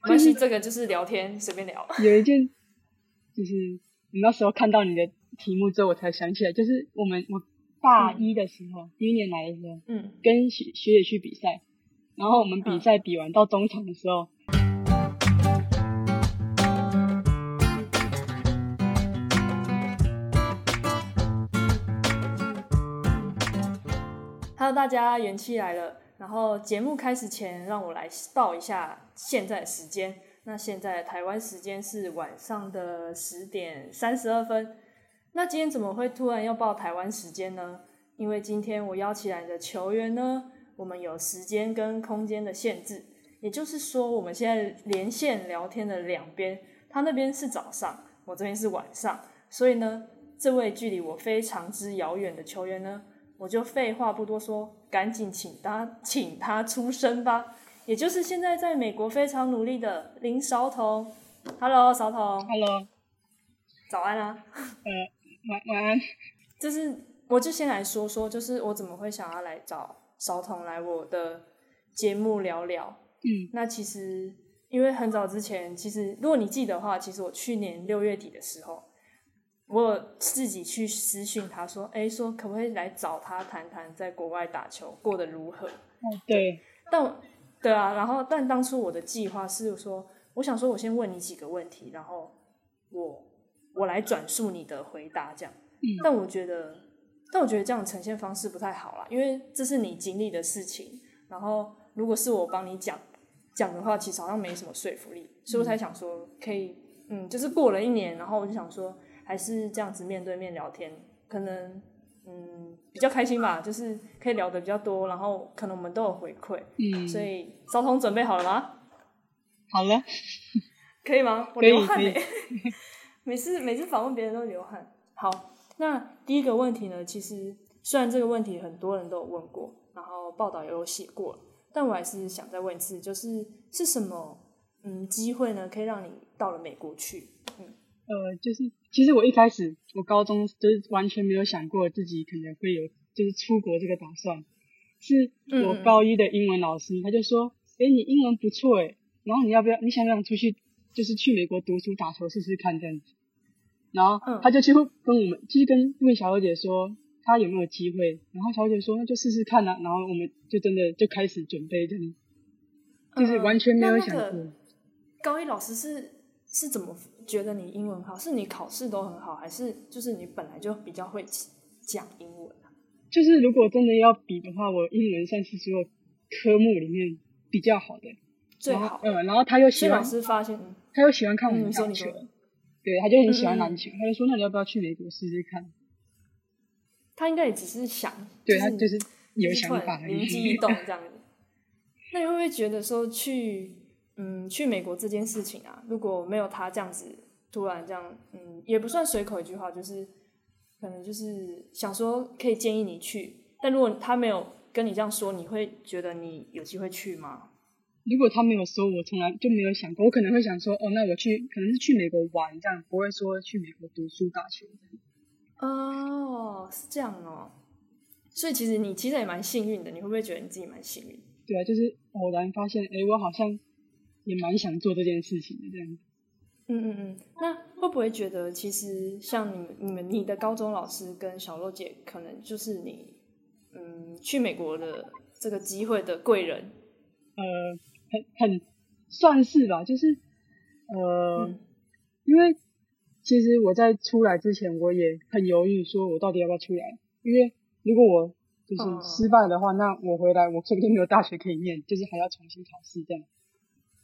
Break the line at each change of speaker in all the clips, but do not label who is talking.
关系，这个就是聊天，随便聊。
有一件，就是我那时候看到你的题目之后，我才想起来，就是我们我大一的时候，第一年来的时候，
嗯，
跟学学姐去比赛，然后我们比赛比完到中场的时候，
Hello，大家元气来了。然后节目开始前，让我来报一下现在时间。那现在台湾时间是晚上的十点三十二分。那今天怎么会突然要报台湾时间呢？因为今天我邀请来的球员呢，我们有时间跟空间的限制，也就是说，我们现在连线聊天的两边，他那边是早上，我这边是晚上，所以呢，这位距离我非常之遥远的球员呢，我就废话不多说，赶紧请他请他出声吧。也就是现在在美国非常努力的林韶彤，Hello，韶彤，
，Hello，
早安啊！
晚晚安，
就是我就先来说说，就是我怎么会想要来找韶彤来我的节目聊聊。
嗯，
那其实因为很早之前，其实如果你记得的话，其实我去年六月底的时候，我有自己去私讯他说，哎，说可不可以来找他谈谈在国外打球过得如何？
哦对，
但我对啊，然后但当初我的计划是说，我想说我先问你几个问题，然后我我来转述你的回答这样。
嗯
但我觉得，但我觉得这样呈现方式不太好啦，因为这是你经历的事情，然后如果是我帮你讲讲的话，其实好像没什么说服力，所以我才想说可以，嗯，就是过了一年，然后我就想说还是这样子面对面聊天，可能嗯比较开心吧，就是可以聊的比较多，然后可能我们都有回馈，
嗯，
所以昭通准备好了吗？
好了，
可以吗？我
可以
流汗
可以
欸 每次每次访问别人都流汗。好，那第一个问题呢，其实虽然这个问题很多人都有问过，然后报道也有写过，但我还是想再问一次，就是是什么嗯机会呢，可以让你到了美国去？
呃，就是其实我一开始我高中就是完全没有想过自己可能会有就是出国这个打算，是
嗯
我
嗯
高一的英文老师他就说，哎、你英文不错哎，然后你要不要你想不想出去就是去美国读书打球试试看这样子，然后
嗯
他就去跟我们就是跟问小姐说她有没有机会，然后小姐说那就试试看啊，然后我们就真的就开始准备这样，就是
嗯
完全没有
那
想过。
那个高一老师是是怎么觉得你英文好？是你考试都很好，还是就是你本来就比较会讲英文啊？
就是如果真的要比的话，我英文算是所有科目里面比较好的，
最
然
好
后。嗯，然后他又
所
喜
以老
欢，
师发现，嗯
他又喜欢看我
嗯
们
你说
打
你
球，
说
对，他就很喜欢
嗯嗯
篮球，他就说那你要不要去美国试试看？
他应该也只是想，
对
就是
他
你
就是有
就是
想
突然
法而
灵机
已
一。动这样子。那你会不会觉得说去嗯去美国这件事情啊，如果没有他这样子突然这样，嗯，也不算随口一句话，就是可能就是想说可以建议你去，但如果他没有跟你这样说，你会觉得你有机会去吗？
如果他没有说，我从来就没有想过，我可能会想说，哦，那我去可能是去美国玩这样，不会说去美国读书打球这样。
哦，是这样哦。所以其实你其实也蛮幸运的，你会不会觉得你自己蛮幸运？
对啊，就是偶然发现，哎，我好像也蛮想做这件事情的这样。
嗯嗯嗯，那会不会觉得其实像你们、你们、你的高中老师跟小洛姐，可能就是你，嗯，去美国的这个机会的贵人？
呃，很很算是吧，就是呃，
嗯
因为其实我在出来之前，我也很犹豫，说我到底要不要出来，因为如果我
嗯
就是失败的话，那我回来我说不定没有大学可以念，就是还要重新考试这样。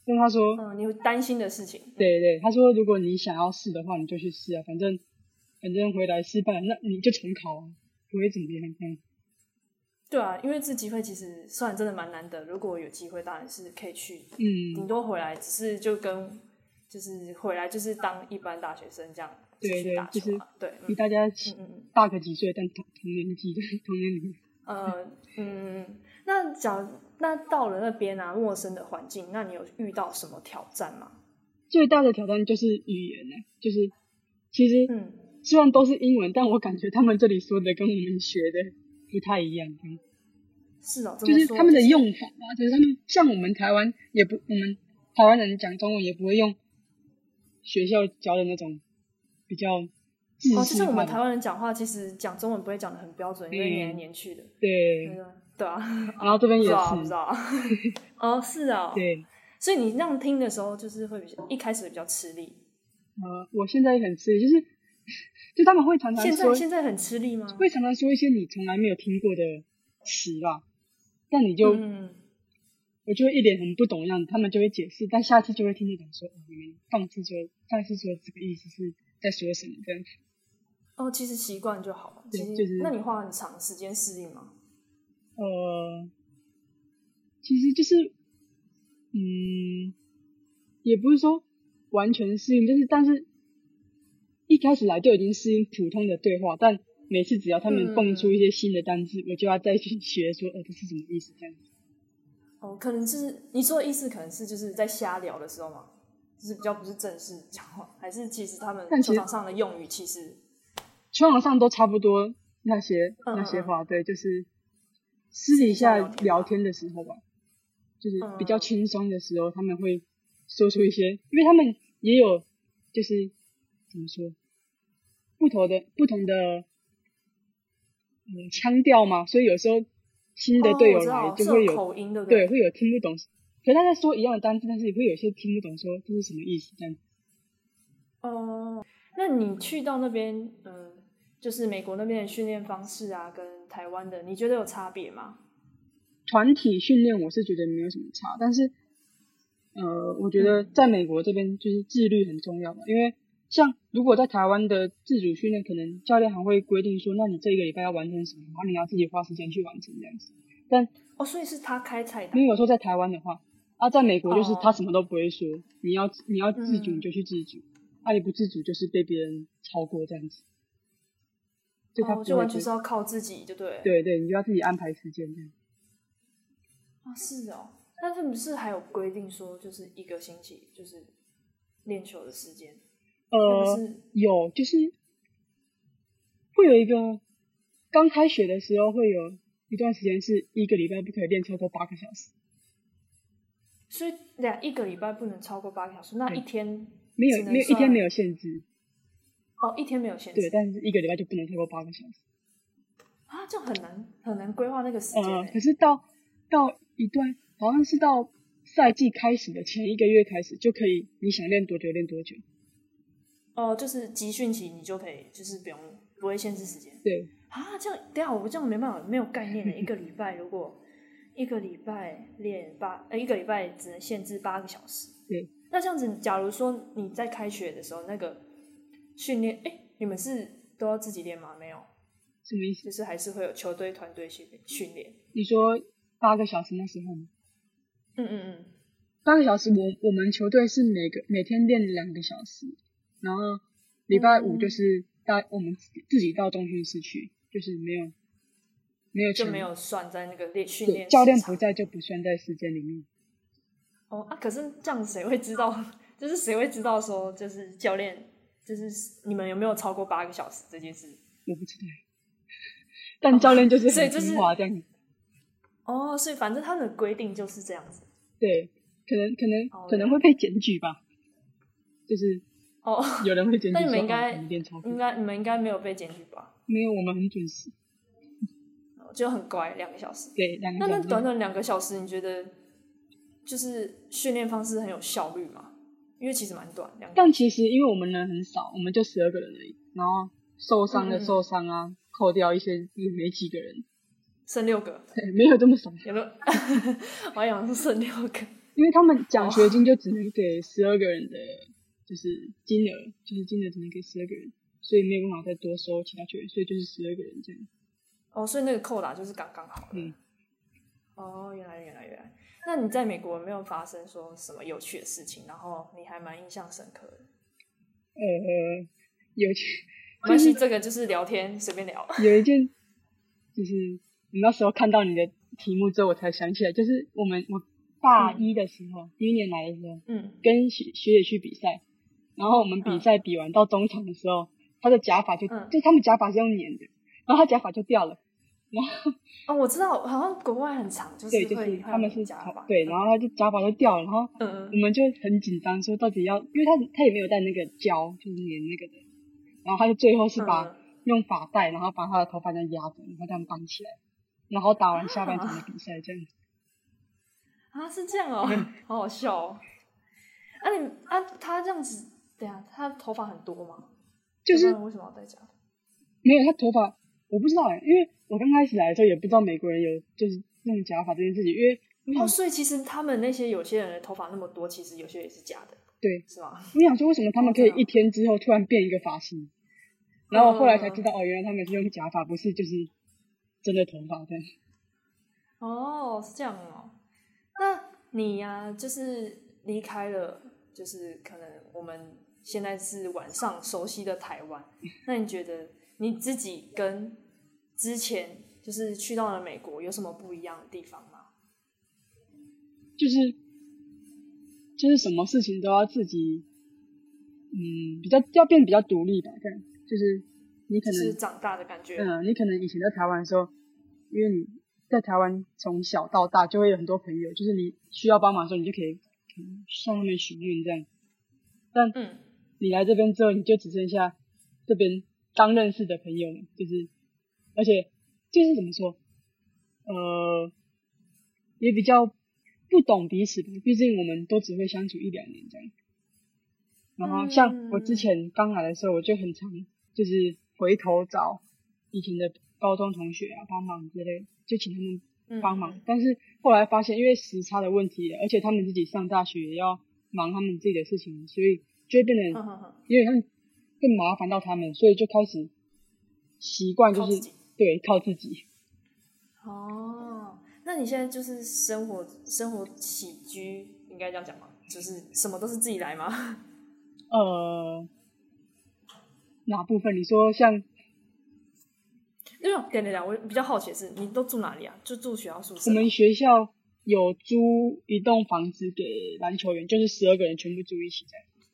但他说，
嗯，你会担心的事情。
对对，他说如果你想要试的话，你就去试啊，反正反正回来失败了，那你就重考啊，不会怎么样这样。
对啊，因为这机会其实算真的蛮难得，如果有机会，当然是可以去，顶
嗯，
多回来只是就跟就是回来就是当一般大学生这样
对
继续
对
打
就
球
是
嘛对，嗯
比大家
嗯嗯嗯。
大个几岁，但同同年纪的同年龄。
呃，嗯，那假如那到了那边啊，陌生的环境，那你有遇到什么挑战吗？
最大的挑战就是语言呢、就是其实
嗯，
虽然都是英文，但我感觉他们这里说的跟我们学的不太一样，
是哦，怎
就
么
是
说哦
他们的用法啊，就是他们像我们台湾也不我们台湾人讲中文也不会用学校教的那种比较自
哦，就
式
是我
化
们
的
台湾人讲话，其实讲中文不会讲的很标准，因为
嗯
黏来黏去的。
对，
对啊对啊，
然后这边
不
也
知道不知
是，
道。哦，是啊、哦，
对，
所以你那样听的时候，就是会比较一开始比较吃力。
呃，我现在也很吃力，就是 就他们会常常
现在
说，
现在很吃力吗？
会常常说一些你从来没有听过的词啦，但你就、
嗯，
我就会一脸很不懂的样子，他们就会解释，但下次就会听得懂说，哦，你们上次说上次说这个意思是在说什么这样子。
哦，其实习惯就好了。
对
其实，
就是
那你花很长时间适应吗？
呃，其实就是，嗯，也不是说完全适应，就是但是一开始来就已经适应普通的对话，但每次只要他们蹦出一些新的单字，我就要再去学说，呃，这是什么意思这样子。
哦，可能就是你说的意思，可能是就是在瞎聊的时候嘛，就是比较不是正式讲话，还是其实他们
但其
球
实
场上的用语其实
通常上都差不多那些
嗯
那些
嗯嗯
话，对，就是私底下
私底下聊
聊天的时候吧，就是
嗯
比较轻松的时候，他们会说出一些，因为他们也有就是怎么说不同的不同的嗯腔调嘛，所以有时候新的队
哦我
友
知
来
道
就是会有、
口音，对不
对？会有听不懂，可是大家说一样的单词，但是也会有些听不懂说这是什么意思这样子。
哦，那你去到那边，嗯，就是美国那边的训练方式啊，跟台湾的，你觉得有差别吗？
团体训练我是觉得没有什么差，但是呃，我觉
嗯
得在美国这边就是自律很重要吧，因为像如果在台湾的自主训练，可能教练还会规定说，那你这一个礼拜要完成什么，然后你要自己花时间去完成这样子。
哦，所以是他开菜单
因为有时候在台湾的话，啊，在美国就是
哦
他什么都不会说，你要你要自主
嗯
你就去自主，啊，你不自主就是被别人超过这样子，就他不
哦，就
会
完全
觉
是要靠自己，就对了。
对对，你就要自己安排时间这样。
啊，是哦。但是不是还有规定说，就是一个星期就是练球的时间？那
呃
不，是
有，就是会有一个刚开学的时候会有一段时间是一个礼拜不可以练超过八个小时，
所以两一个礼拜不能超过八个小时，那
对
一天
没
只
有
能
没有一天没
算
有限制，
哦，一天没有限
对，
制
但是一个礼拜就不能超过八个小时。
啊，这样很难很难规划那个时间
呃，
欸
可是到到一段好像是到赛季开始的前一个月开始就可以，你想练多久练多久，
哦，就是集训期你就可以，就是不用不会限制时间。
对，
啊，这样等一下我这样没办法，没有概念的。一个礼拜如果一个礼拜练八，呃，一个礼拜只能限制八个小时。
对。
那这样子，假如说你在开学的时候那个训练，哎、你们是都要自己练吗？没有，
什么意思？
就是还是会有球队团队训练训练。
你说八个小时那时候吗？
嗯嗯嗯。
八个小时，我我们球队是每个每天练两个小时，然后礼拜五
嗯
就是大我们自己自己到中训室去，就是没有没有
就
球
没有算在那个练训
对
练
教
时
练
长
不在就不算在时间里面。
哦啊，可是这样谁会知道？ 就是谁会知道说，就是教练，就是你们有没有超过八个小时这件事？
我不知道， 但教练就是
哦所以
很
就是
听话这样，
哦，所以反正他们的规定就是这样子。
对，可能可能、
哦
可能会被检举吧，就是
哦，
有人会检举
那你
说
们应
哦
该
你练超过
应，该你们应该没有被检举吧？哦
没有，我们很准时，
就很乖，两个小时。
对，两个
那那
小时
短短两个小时，你觉得就是训练方式很有效率吗？因为其实蛮短，两个
但其实因为我们人很少，我们就十二个人而已，然后受伤的
嗯嗯
受伤啊，扣掉一些也没几个人，
剩六个，
对没有这么少，
有 没有？我还想说剩六个。
因为他们奖学金就只能给十二个人的，就是金额，就是金额只能给十二个人，所以没有办法再多收其他球员，所以就是十二个人这样。
哦，所以那个扣打就是刚刚好的。
嗯
哦，原来原来原来。那你在美国有没有发生说什么有趣的事情？然后你还蛮印象深刻的？
呃，有趣，
没关系，这个就是聊天，随便聊。
有一件，就是我那时候看到你的题目之后，我才想起来，就是我们我大一的时候，第一年来的时候，
嗯，
跟学学姐去比赛，然后我们比赛比完到中场的时候，他的假发就、
嗯
就他们假发是用粘的，然后他假发就掉了，然后
哦，我知道，好像国外很长，就是
对，
会
就是
会
他们是
夹吧，
对，然后他就夹板就掉了，然后
嗯
我们就很紧张，说到底要，因为他他也没有带那个胶，就是粘那个的，然后他就最后是把、
嗯
用发带，然后把他的头发这样压着，然后这样绑起来，然后打完下半场的比赛这样。
啊，是这样哦，
嗯
好好笑哦。啊你啊，他这样子，对啊，他头发很多嘛，
就是嗯
要不然为什么要戴假发？
没有他头发，我不知道哎、因为我刚开始来的时候也不知道美国人有就是弄假发这件事情，因为我
哦，
想、
所以其实他们那些有些人的头发那么多，其实有些也是假的，
对，
是吗？
我想说为什么他们可以一天之后突然变一个发型，然后我后来才知道哦，原来他们是用假发，不是就是真的头发这样。
哦，是这样哦。那你呀、就是离开了，就是可能我们现在是晚上熟悉的台 湾，那你觉得你自己跟之前就是去到了美国有什么不一样的地方吗？
就是就是什么事情都要自己，嗯，比较要变比较独立吧，这样就是你可
就
能
是长大的感觉。
嗯，你可能以前在台湾的时候，因为你在台湾从小到大就会有很多朋友，就是你需要帮忙的时候，你就可以可能向他们询问这样。但
嗯
你来这边之后，你就只剩下这边刚认识的朋友们，就是而且就是怎么说，呃，也比较不懂彼此吧，毕竟我们都只会相处一两年这样。然后像我之前刚来的时候，我就很常就是回头找以前的高中同学啊帮忙之类的，就请他们
嗯，
帮忙
嗯。。
但是后来发现，因为时差的问题，而且他们自己上大学也要忙他们自己的事情，所以就会变得
嗯哼哼，
有点像更麻烦到他们，所以就开始习惯就
靠自
是
己。
对靠自己。
哦，那你现在就是生活生活起居应该这样讲吗？就是什么都是自己来吗？
呃，哪部分？你说像
因为等等等，我比较好奇的是，你都住哪里啊？就住学校宿舍
我
吗？
们学校有租一栋房子给篮球员，就是十二个人全部住一起这样。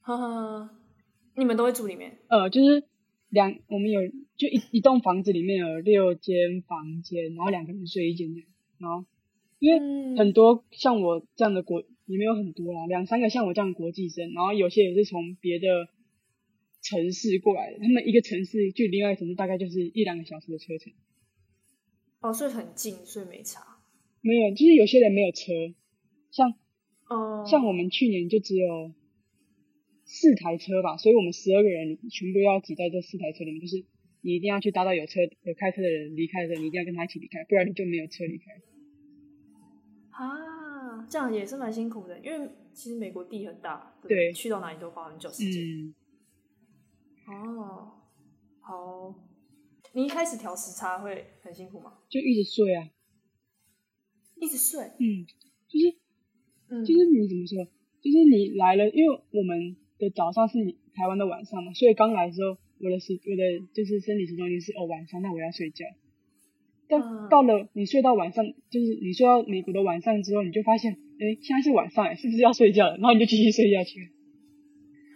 呵呵，你们都会住里面？
呃，就是两我们有就一一栋房子里面有六间房间，然后两个人睡一间这样。然后因为
嗯
很多像我这样的国也没有很多啦，两三个像我这样的国际生，然后有些也是从别的城市过来的，他们一个城市距另外一个城市大概就是一两个小时的车程。
哦，所以很近，所以没差。
没有，就是有些人没有车，像
哦、
像我们去年就只有四台车吧，所以我们十二个人全部要挤在这四台车里面，就是你一定要去搭到有车有开车的人离开的时候，你一定要跟他一起离开，不然你就没有车离开。
啊，这样也是蛮辛苦的，因为其实美国地很大，对不
对
去到哪里都花很久时间。
嗯，
哦，好，你一开始调时差会很辛苦吗？
就一直睡啊，
一直睡，
嗯，就是
嗯，
就是你怎么说，就是你来了，因为我们的早上是台湾的晚上嘛，所以刚来的时候，我的时我的就是生理时钟就是哦晚上，那我要睡觉。
嗯
但到了你睡到晚上，就是你睡到美国的晚上之后，你就发现，哎，现在是晚上，哎，是不是要睡觉了？然后你就继续睡下去。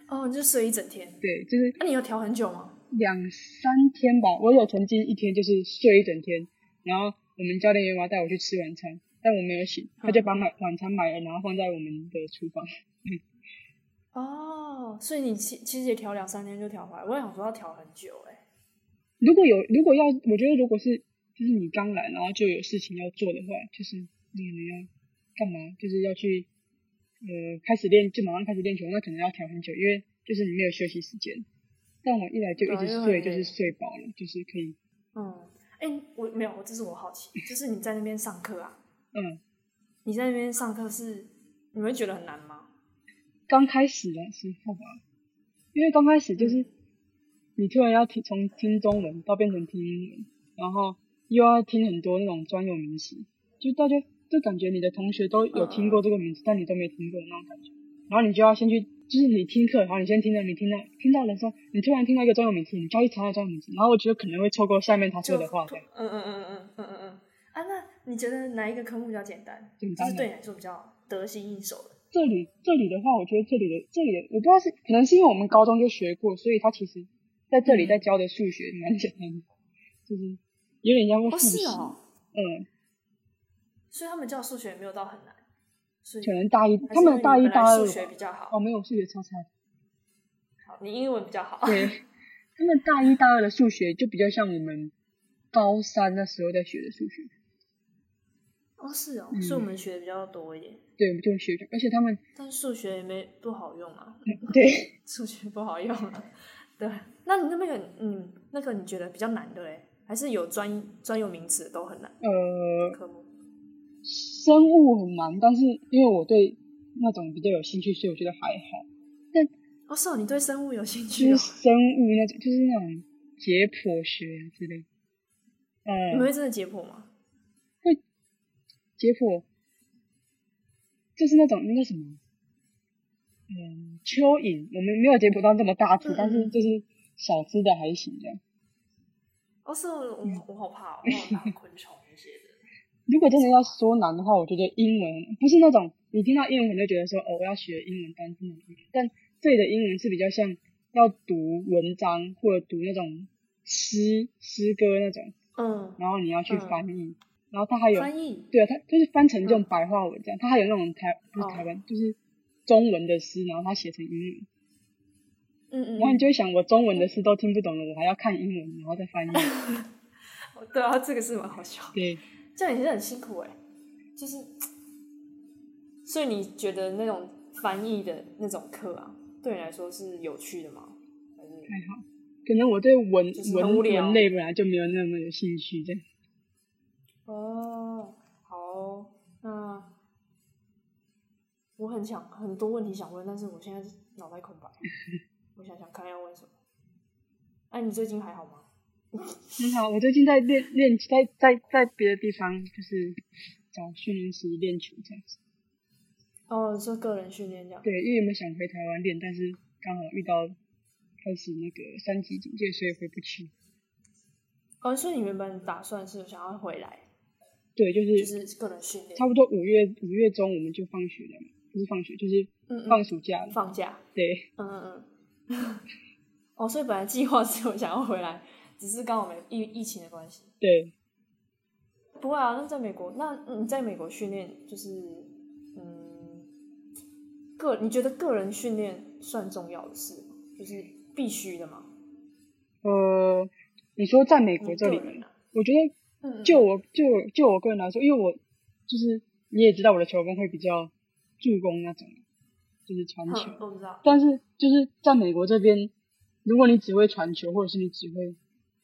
哦，你就睡一整天。
对，就是
那、你有调很久吗？
两三天吧。我有曾经一天就是睡一整天，然后我们教练员要带我去吃晚餐，但我没有醒，他就把买晚餐买了，然后放在我们的厨房。
哦，所以你其其实也调两三天就调回来，我也想说要调很久哎、
如果有，如果要，我觉得如果是就是你刚来，然后就有事情要做的话，就是你可能要干嘛，就是要去呃开始练，就马上开始练球，那可能要调很久，因为就是你没有休息时间。但我一来就一直
哦对因为
睡，
很
就
累
是睡饱了，就是可以，
嗯，哎、我没有，我这是我好奇，就是你在那边上课啊，
嗯，
你在那边上课是你会觉得很难吗？
刚开始的时候吧，因为刚开始就是你突然要听从听中文到变成听英文，然后又要听很多那种专有名词，就大家就感觉你的同学都有听过这个名字，但你都没听过的那种感觉。然后你就要先去，就是你听课，然后你先听到，你听到听到的时候，你突然听到一个专有名词，你就要去查那专有名词，然后我觉得可能会错过下面他
就
说的话，
嗯
这样
嗯嗯嗯嗯嗯嗯啊，那你觉得哪一个科目比较简单？
简
就
单
是
的。
对你来说比较得心应手的。
这里这里的话，我觉得这里的这里的，我不知道是可能是因为我们高中就学过，所以他其实在这里
嗯
在教的数学蛮简单的，就是有点像
哦
复习
是。哦，
嗯，
所以他们教数学没有到很难，所以
可能大一
还是
他们大
因
一
为你本
大
来
二
数学比较好，
哦，没有数学超差。
好你英文比较好，
对， 他们大一大二的数学就比较像我们高三那时候在学的数学。
哦是哦，
嗯
所以我们学的比较多一点，
对，我们就会学这个，而且他们
但数学也没不好用啊，
对
数学不好用啊， 对，那你那边有嗯那个你觉得比较难的嘞，还是有专专有名词都很难
呃
科目？
生物很难，但是因为我对那种比较有兴趣，所以我觉得还好。
哦是哦，你对生物有兴
就
趣、
嗯是
哦？
生物那种，就是那种解剖学之类。
你
嗯、
们
呃，
会真的解剖吗？
解剖就是那种那个什么，嗯，蚯蚓，我们没有解剖到这么大只，
嗯嗯
但是就是小只的还行这样。
哦是哦，我
嗯
我好怕哦，我好怕昆虫那些的。
如果真的要说难的话，我觉得英文不是那种你听到英文就觉得说哦，我要学英文单字那种英文，但这里的英文是比较像要读文章或者读那种诗诗歌那种，
嗯，
然后你要去
嗯
翻译，然后它还有
翻译
对啊，它就是翻成这种
嗯
白话文这样，它还有那种台不是
哦
台湾、就是中文的诗，然后它写成英文，
嗯嗯，
然后你就会想我中文的诗都听不懂了，我还要看英文然后再 翻译，
哦对啊，这个是蛮好笑的，
对，
这样也是很辛苦哎、就是，所以你觉得那种翻译的那种课啊，对你来说是有趣的吗？还是
可能我对文
就是很
文
无聊
文类本来就没有那么有兴趣这样。
哦，好哦，那我很想很多问题想问，但是我现在脑袋 空白，我想想看要问什么。哎、你最近还好吗？
很好，我最近在练练，在在在别的地方就是找训练师练球这样子。
哦，你说个人训练这样。
对，因为原本想回台湾练，但是刚好遇到开始那个三级警戒，所以回不去。
哦，所以你原本打算是想要回来，
对，就
就是是个人训练
差，不多五月五月中我们就放学了嘛，不是放学就是
嗯嗯
放暑假了。
放假，
对，
嗯嗯嗯。 哦，所以本来计划是有想要回来，只是刚好没疫疫情的关系。
对，
不会啊，那在美国，那你在美国训练就是，嗯，个你觉得个人训练算重要的事吗？就是必须的吗？
呃，你说在美国
你
这
个
里，
人啊，
我觉得
嗯，嗯
就我就我就我个人来说，因为我就是你也知道我的球风会比较助攻那种，就是传
嗯
球。
我不知道，
但是就是在美国这边，如果你只会传球，或者是你只会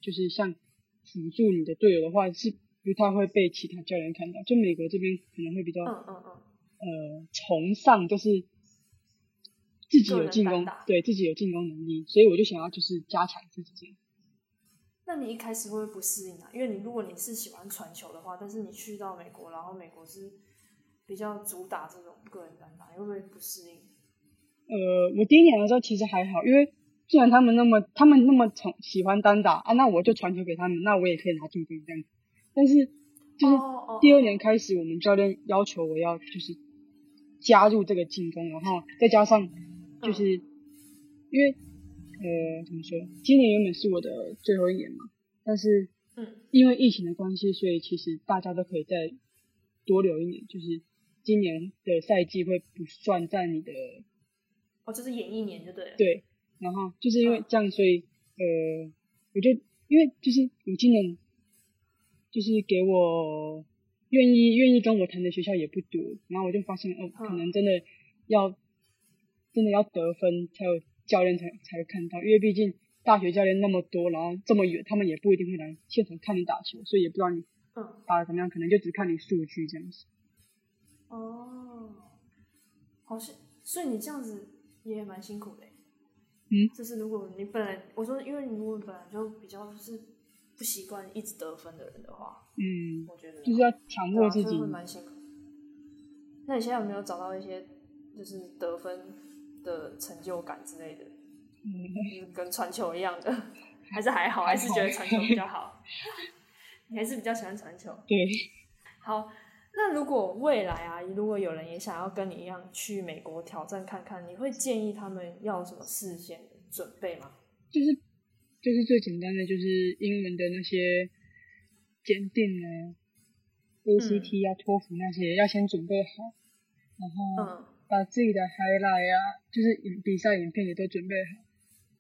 就是像辅助你的队友的话，是不太会被其他教练看到。就美国这边可能会比较、
嗯嗯嗯，
呃崇尚就是自己有进
个人单
攻
打，
对自己有进攻能力，所以我就想要就是加强自己这样。
那你一开始会不会不适应啊？因为你如果你是喜欢传球的话，但是你去到美国，然后美国是比较主打这种个人单打，你会不会不适应？
呃，我第一年的时候其实还好，因为既然他们那么他们那么崇喜欢单打啊，那我就传球给他们，那我也可以拿进攻这样子。但是就是
哦哦哦
第二年开始，我们教练要求我要就是加入这个进攻，然后再加上就是、因为呃怎么说，今年原本是我的最后一年嘛，但是
嗯
因为疫情的关系，所以其实大家都可以再多留一年，就是今年的赛季会不算在你的
哦，就是演一年就对了。
对，然后就是因为
嗯
这样，所以呃，我就因为就是呃我今年就是给我愿意愿意跟我谈的学校也不多，然后我就发现哦，可
嗯
能真的要真的要得分才有教练才才会看到，因为毕竟大学教练那么多，然后这么远，他们也不一定会来现场看你打球，所以也不知道你
嗯，
打的怎么样，可能就只看你数据这样子。
哦，好像，所以你这样子也蛮辛苦的欸。
嗯
就是如果你本来我说，因为你如果本来就比较是不习惯一直得分的人的话，
嗯，
我觉得
就是要强
对
迫
啊
自
所
己
以会蛮辛苦。那你现在有没有找到一些就是得分的成就感之类的？
嗯
就是跟传球一样的， 还是还好，还是觉得传球比较好。 你还是比较喜欢传球。
对。
好，那如果未来啊，如果有人也想要跟你一样去美国挑战看看，你会建议他们要有什么事先准备吗？
就是就是最简单的，就是英文的那些鉴定
嗯
啊、ACT 啊、托福那些要先准备好，然后
嗯
把自己的 highlight 啊，就是影比赛影片也都准备好，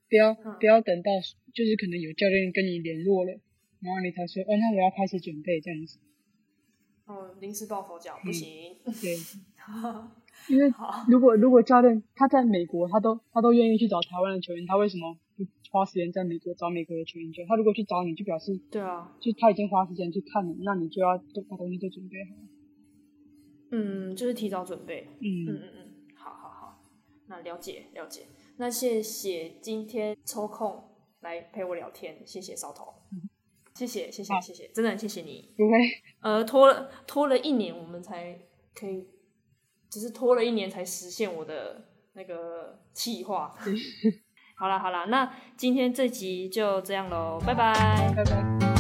不要
嗯
不要等到就是可能有教练跟你联络了，然后你才说，哦，那我要开始准备这样子。
嗯，临时抱佛脚不行。
对， 因为
好，
如果如果教练他在美国，他都他都愿意去找台湾的球员，他为什么不花时间在美国找美国的球员球？他如果去找你，就表示
对啊，
就他已经花时间去看你，那你就要都把东西都准备好。
嗯，就是提早准备。嗯
嗯，
嗯嗯，好好好，那了解了解。那谢谢今天抽空来陪我聊天，谢谢烧头，谢谢谢谢
好
谢谢，真的很谢谢你。
不会，
呃，拖了拖了一年，我们才可以，只是拖了一年才实现我的那个计划。 好啦好啦，那今天这集就这样喽，拜拜。
拜拜。